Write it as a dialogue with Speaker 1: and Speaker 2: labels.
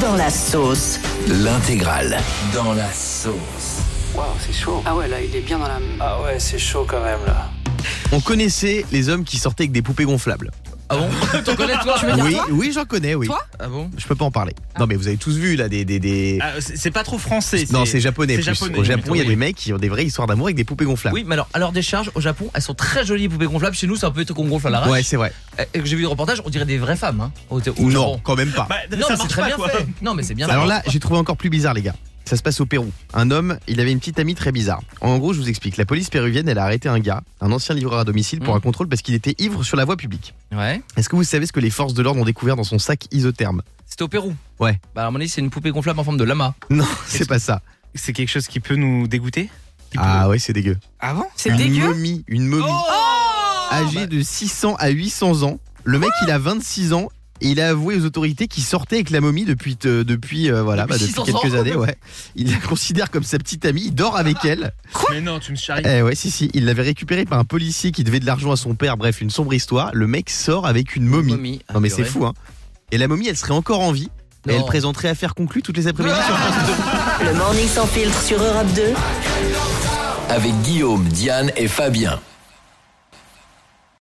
Speaker 1: Dans la sauce.
Speaker 2: L'intégrale dans la sauce.
Speaker 3: Waouh, c'est chaud. Ah ouais, là, il est bien dans la. Ah ouais, c'est chaud quand même, là.
Speaker 4: On connaissait les hommes qui sortaient avec des poupées gonflables.
Speaker 5: Ah bon T'en connais Euh, toi
Speaker 4: Oui, oui, j'en connais, oui.
Speaker 5: Toi Ah bon
Speaker 4: Je peux pas en parler. Non, mais vous avez tous vu là des des, des...
Speaker 5: Ah, c'est c'est pas trop français.
Speaker 4: non, c'est japonais.
Speaker 5: c'est
Speaker 4: plus.
Speaker 5: japonais,
Speaker 4: Au Japon,
Speaker 5: mettons,
Speaker 4: il y a
Speaker 5: oui.
Speaker 4: des mecs qui ont des vraies histoires d'amour avec des poupées gonflables.
Speaker 5: Oui, mais alors, à leur décharge, au Japon, elles sont très jolies les poupées gonflables. Chez nous, c'est un peu des trucs qu'on gonfle à l'arrache.
Speaker 4: Ouais, c'est vrai.
Speaker 5: Et- Et que j'ai vu des reportages, on dirait des vraies femmes. Hein, au, au
Speaker 4: Ou non,
Speaker 5: Japon.
Speaker 4: quand même pas.
Speaker 6: Bah,
Speaker 5: Non,
Speaker 6: ça
Speaker 5: mais c'est
Speaker 6: marche
Speaker 5: très
Speaker 6: pas,
Speaker 5: bien
Speaker 6: quoi.
Speaker 5: fait. Non, mais c'est bien
Speaker 4: Alors
Speaker 5: fait.
Speaker 4: là, j'ai trouvé encore plus bizarre, les gars. Ça se passe au Pérou. Un homme, il avait une petite amie très bizarre. En gros, je vous explique. La police péruvienne, elle a arrêté un gars, un ancien livreur à domicile, pour
Speaker 5: Mm.
Speaker 4: un contrôle parce qu'il était ivre sur la voie publique.
Speaker 5: Ouais.
Speaker 4: Est-ce que vous savez ce que les forces de l'ordre ont découvert dans son sac isotherme
Speaker 5: C'était au Pérou.
Speaker 4: Ouais.
Speaker 5: Bah, à mon avis, c'est une poupée gonflable en forme de lama.
Speaker 4: Non, c'est pas ça.
Speaker 6: C'est quelque chose qui peut nous dégoûter Qui peut-
Speaker 4: Ah ouais, c'est dégueu.
Speaker 6: Ah bon Oh Bah.
Speaker 3: C'est
Speaker 4: une
Speaker 3: dégueu.
Speaker 4: momie, une momie âgée de 600 à 800 ans. Le mec, il a 26 ans. Et il a avoué aux autorités qu'il sortait avec la momie depuis euh, depuis euh, voilà
Speaker 5: Depuis
Speaker 4: bah, depuis
Speaker 5: 600
Speaker 4: quelques
Speaker 5: ans.
Speaker 4: années ouais. Il la considère comme sa petite amie, il dort avec elle.
Speaker 6: Mais non, tu me charries.
Speaker 4: Eh ouais, si, si. Il l'avait récupéré par un policier qui devait de l'argent à son père. Bref, une sombre histoire. Le mec sort avec une momie. Non,
Speaker 5: Ah,
Speaker 4: mais c'est fou, hein. Et la momie, elle serait encore en vie. Et
Speaker 5: Non.
Speaker 4: elle présenterait affaire conclue toutes les après-midi sur France 2.
Speaker 1: Le morning sans filtre sur Europe 2.
Speaker 2: Avec Guillaume, Diane et Fabien.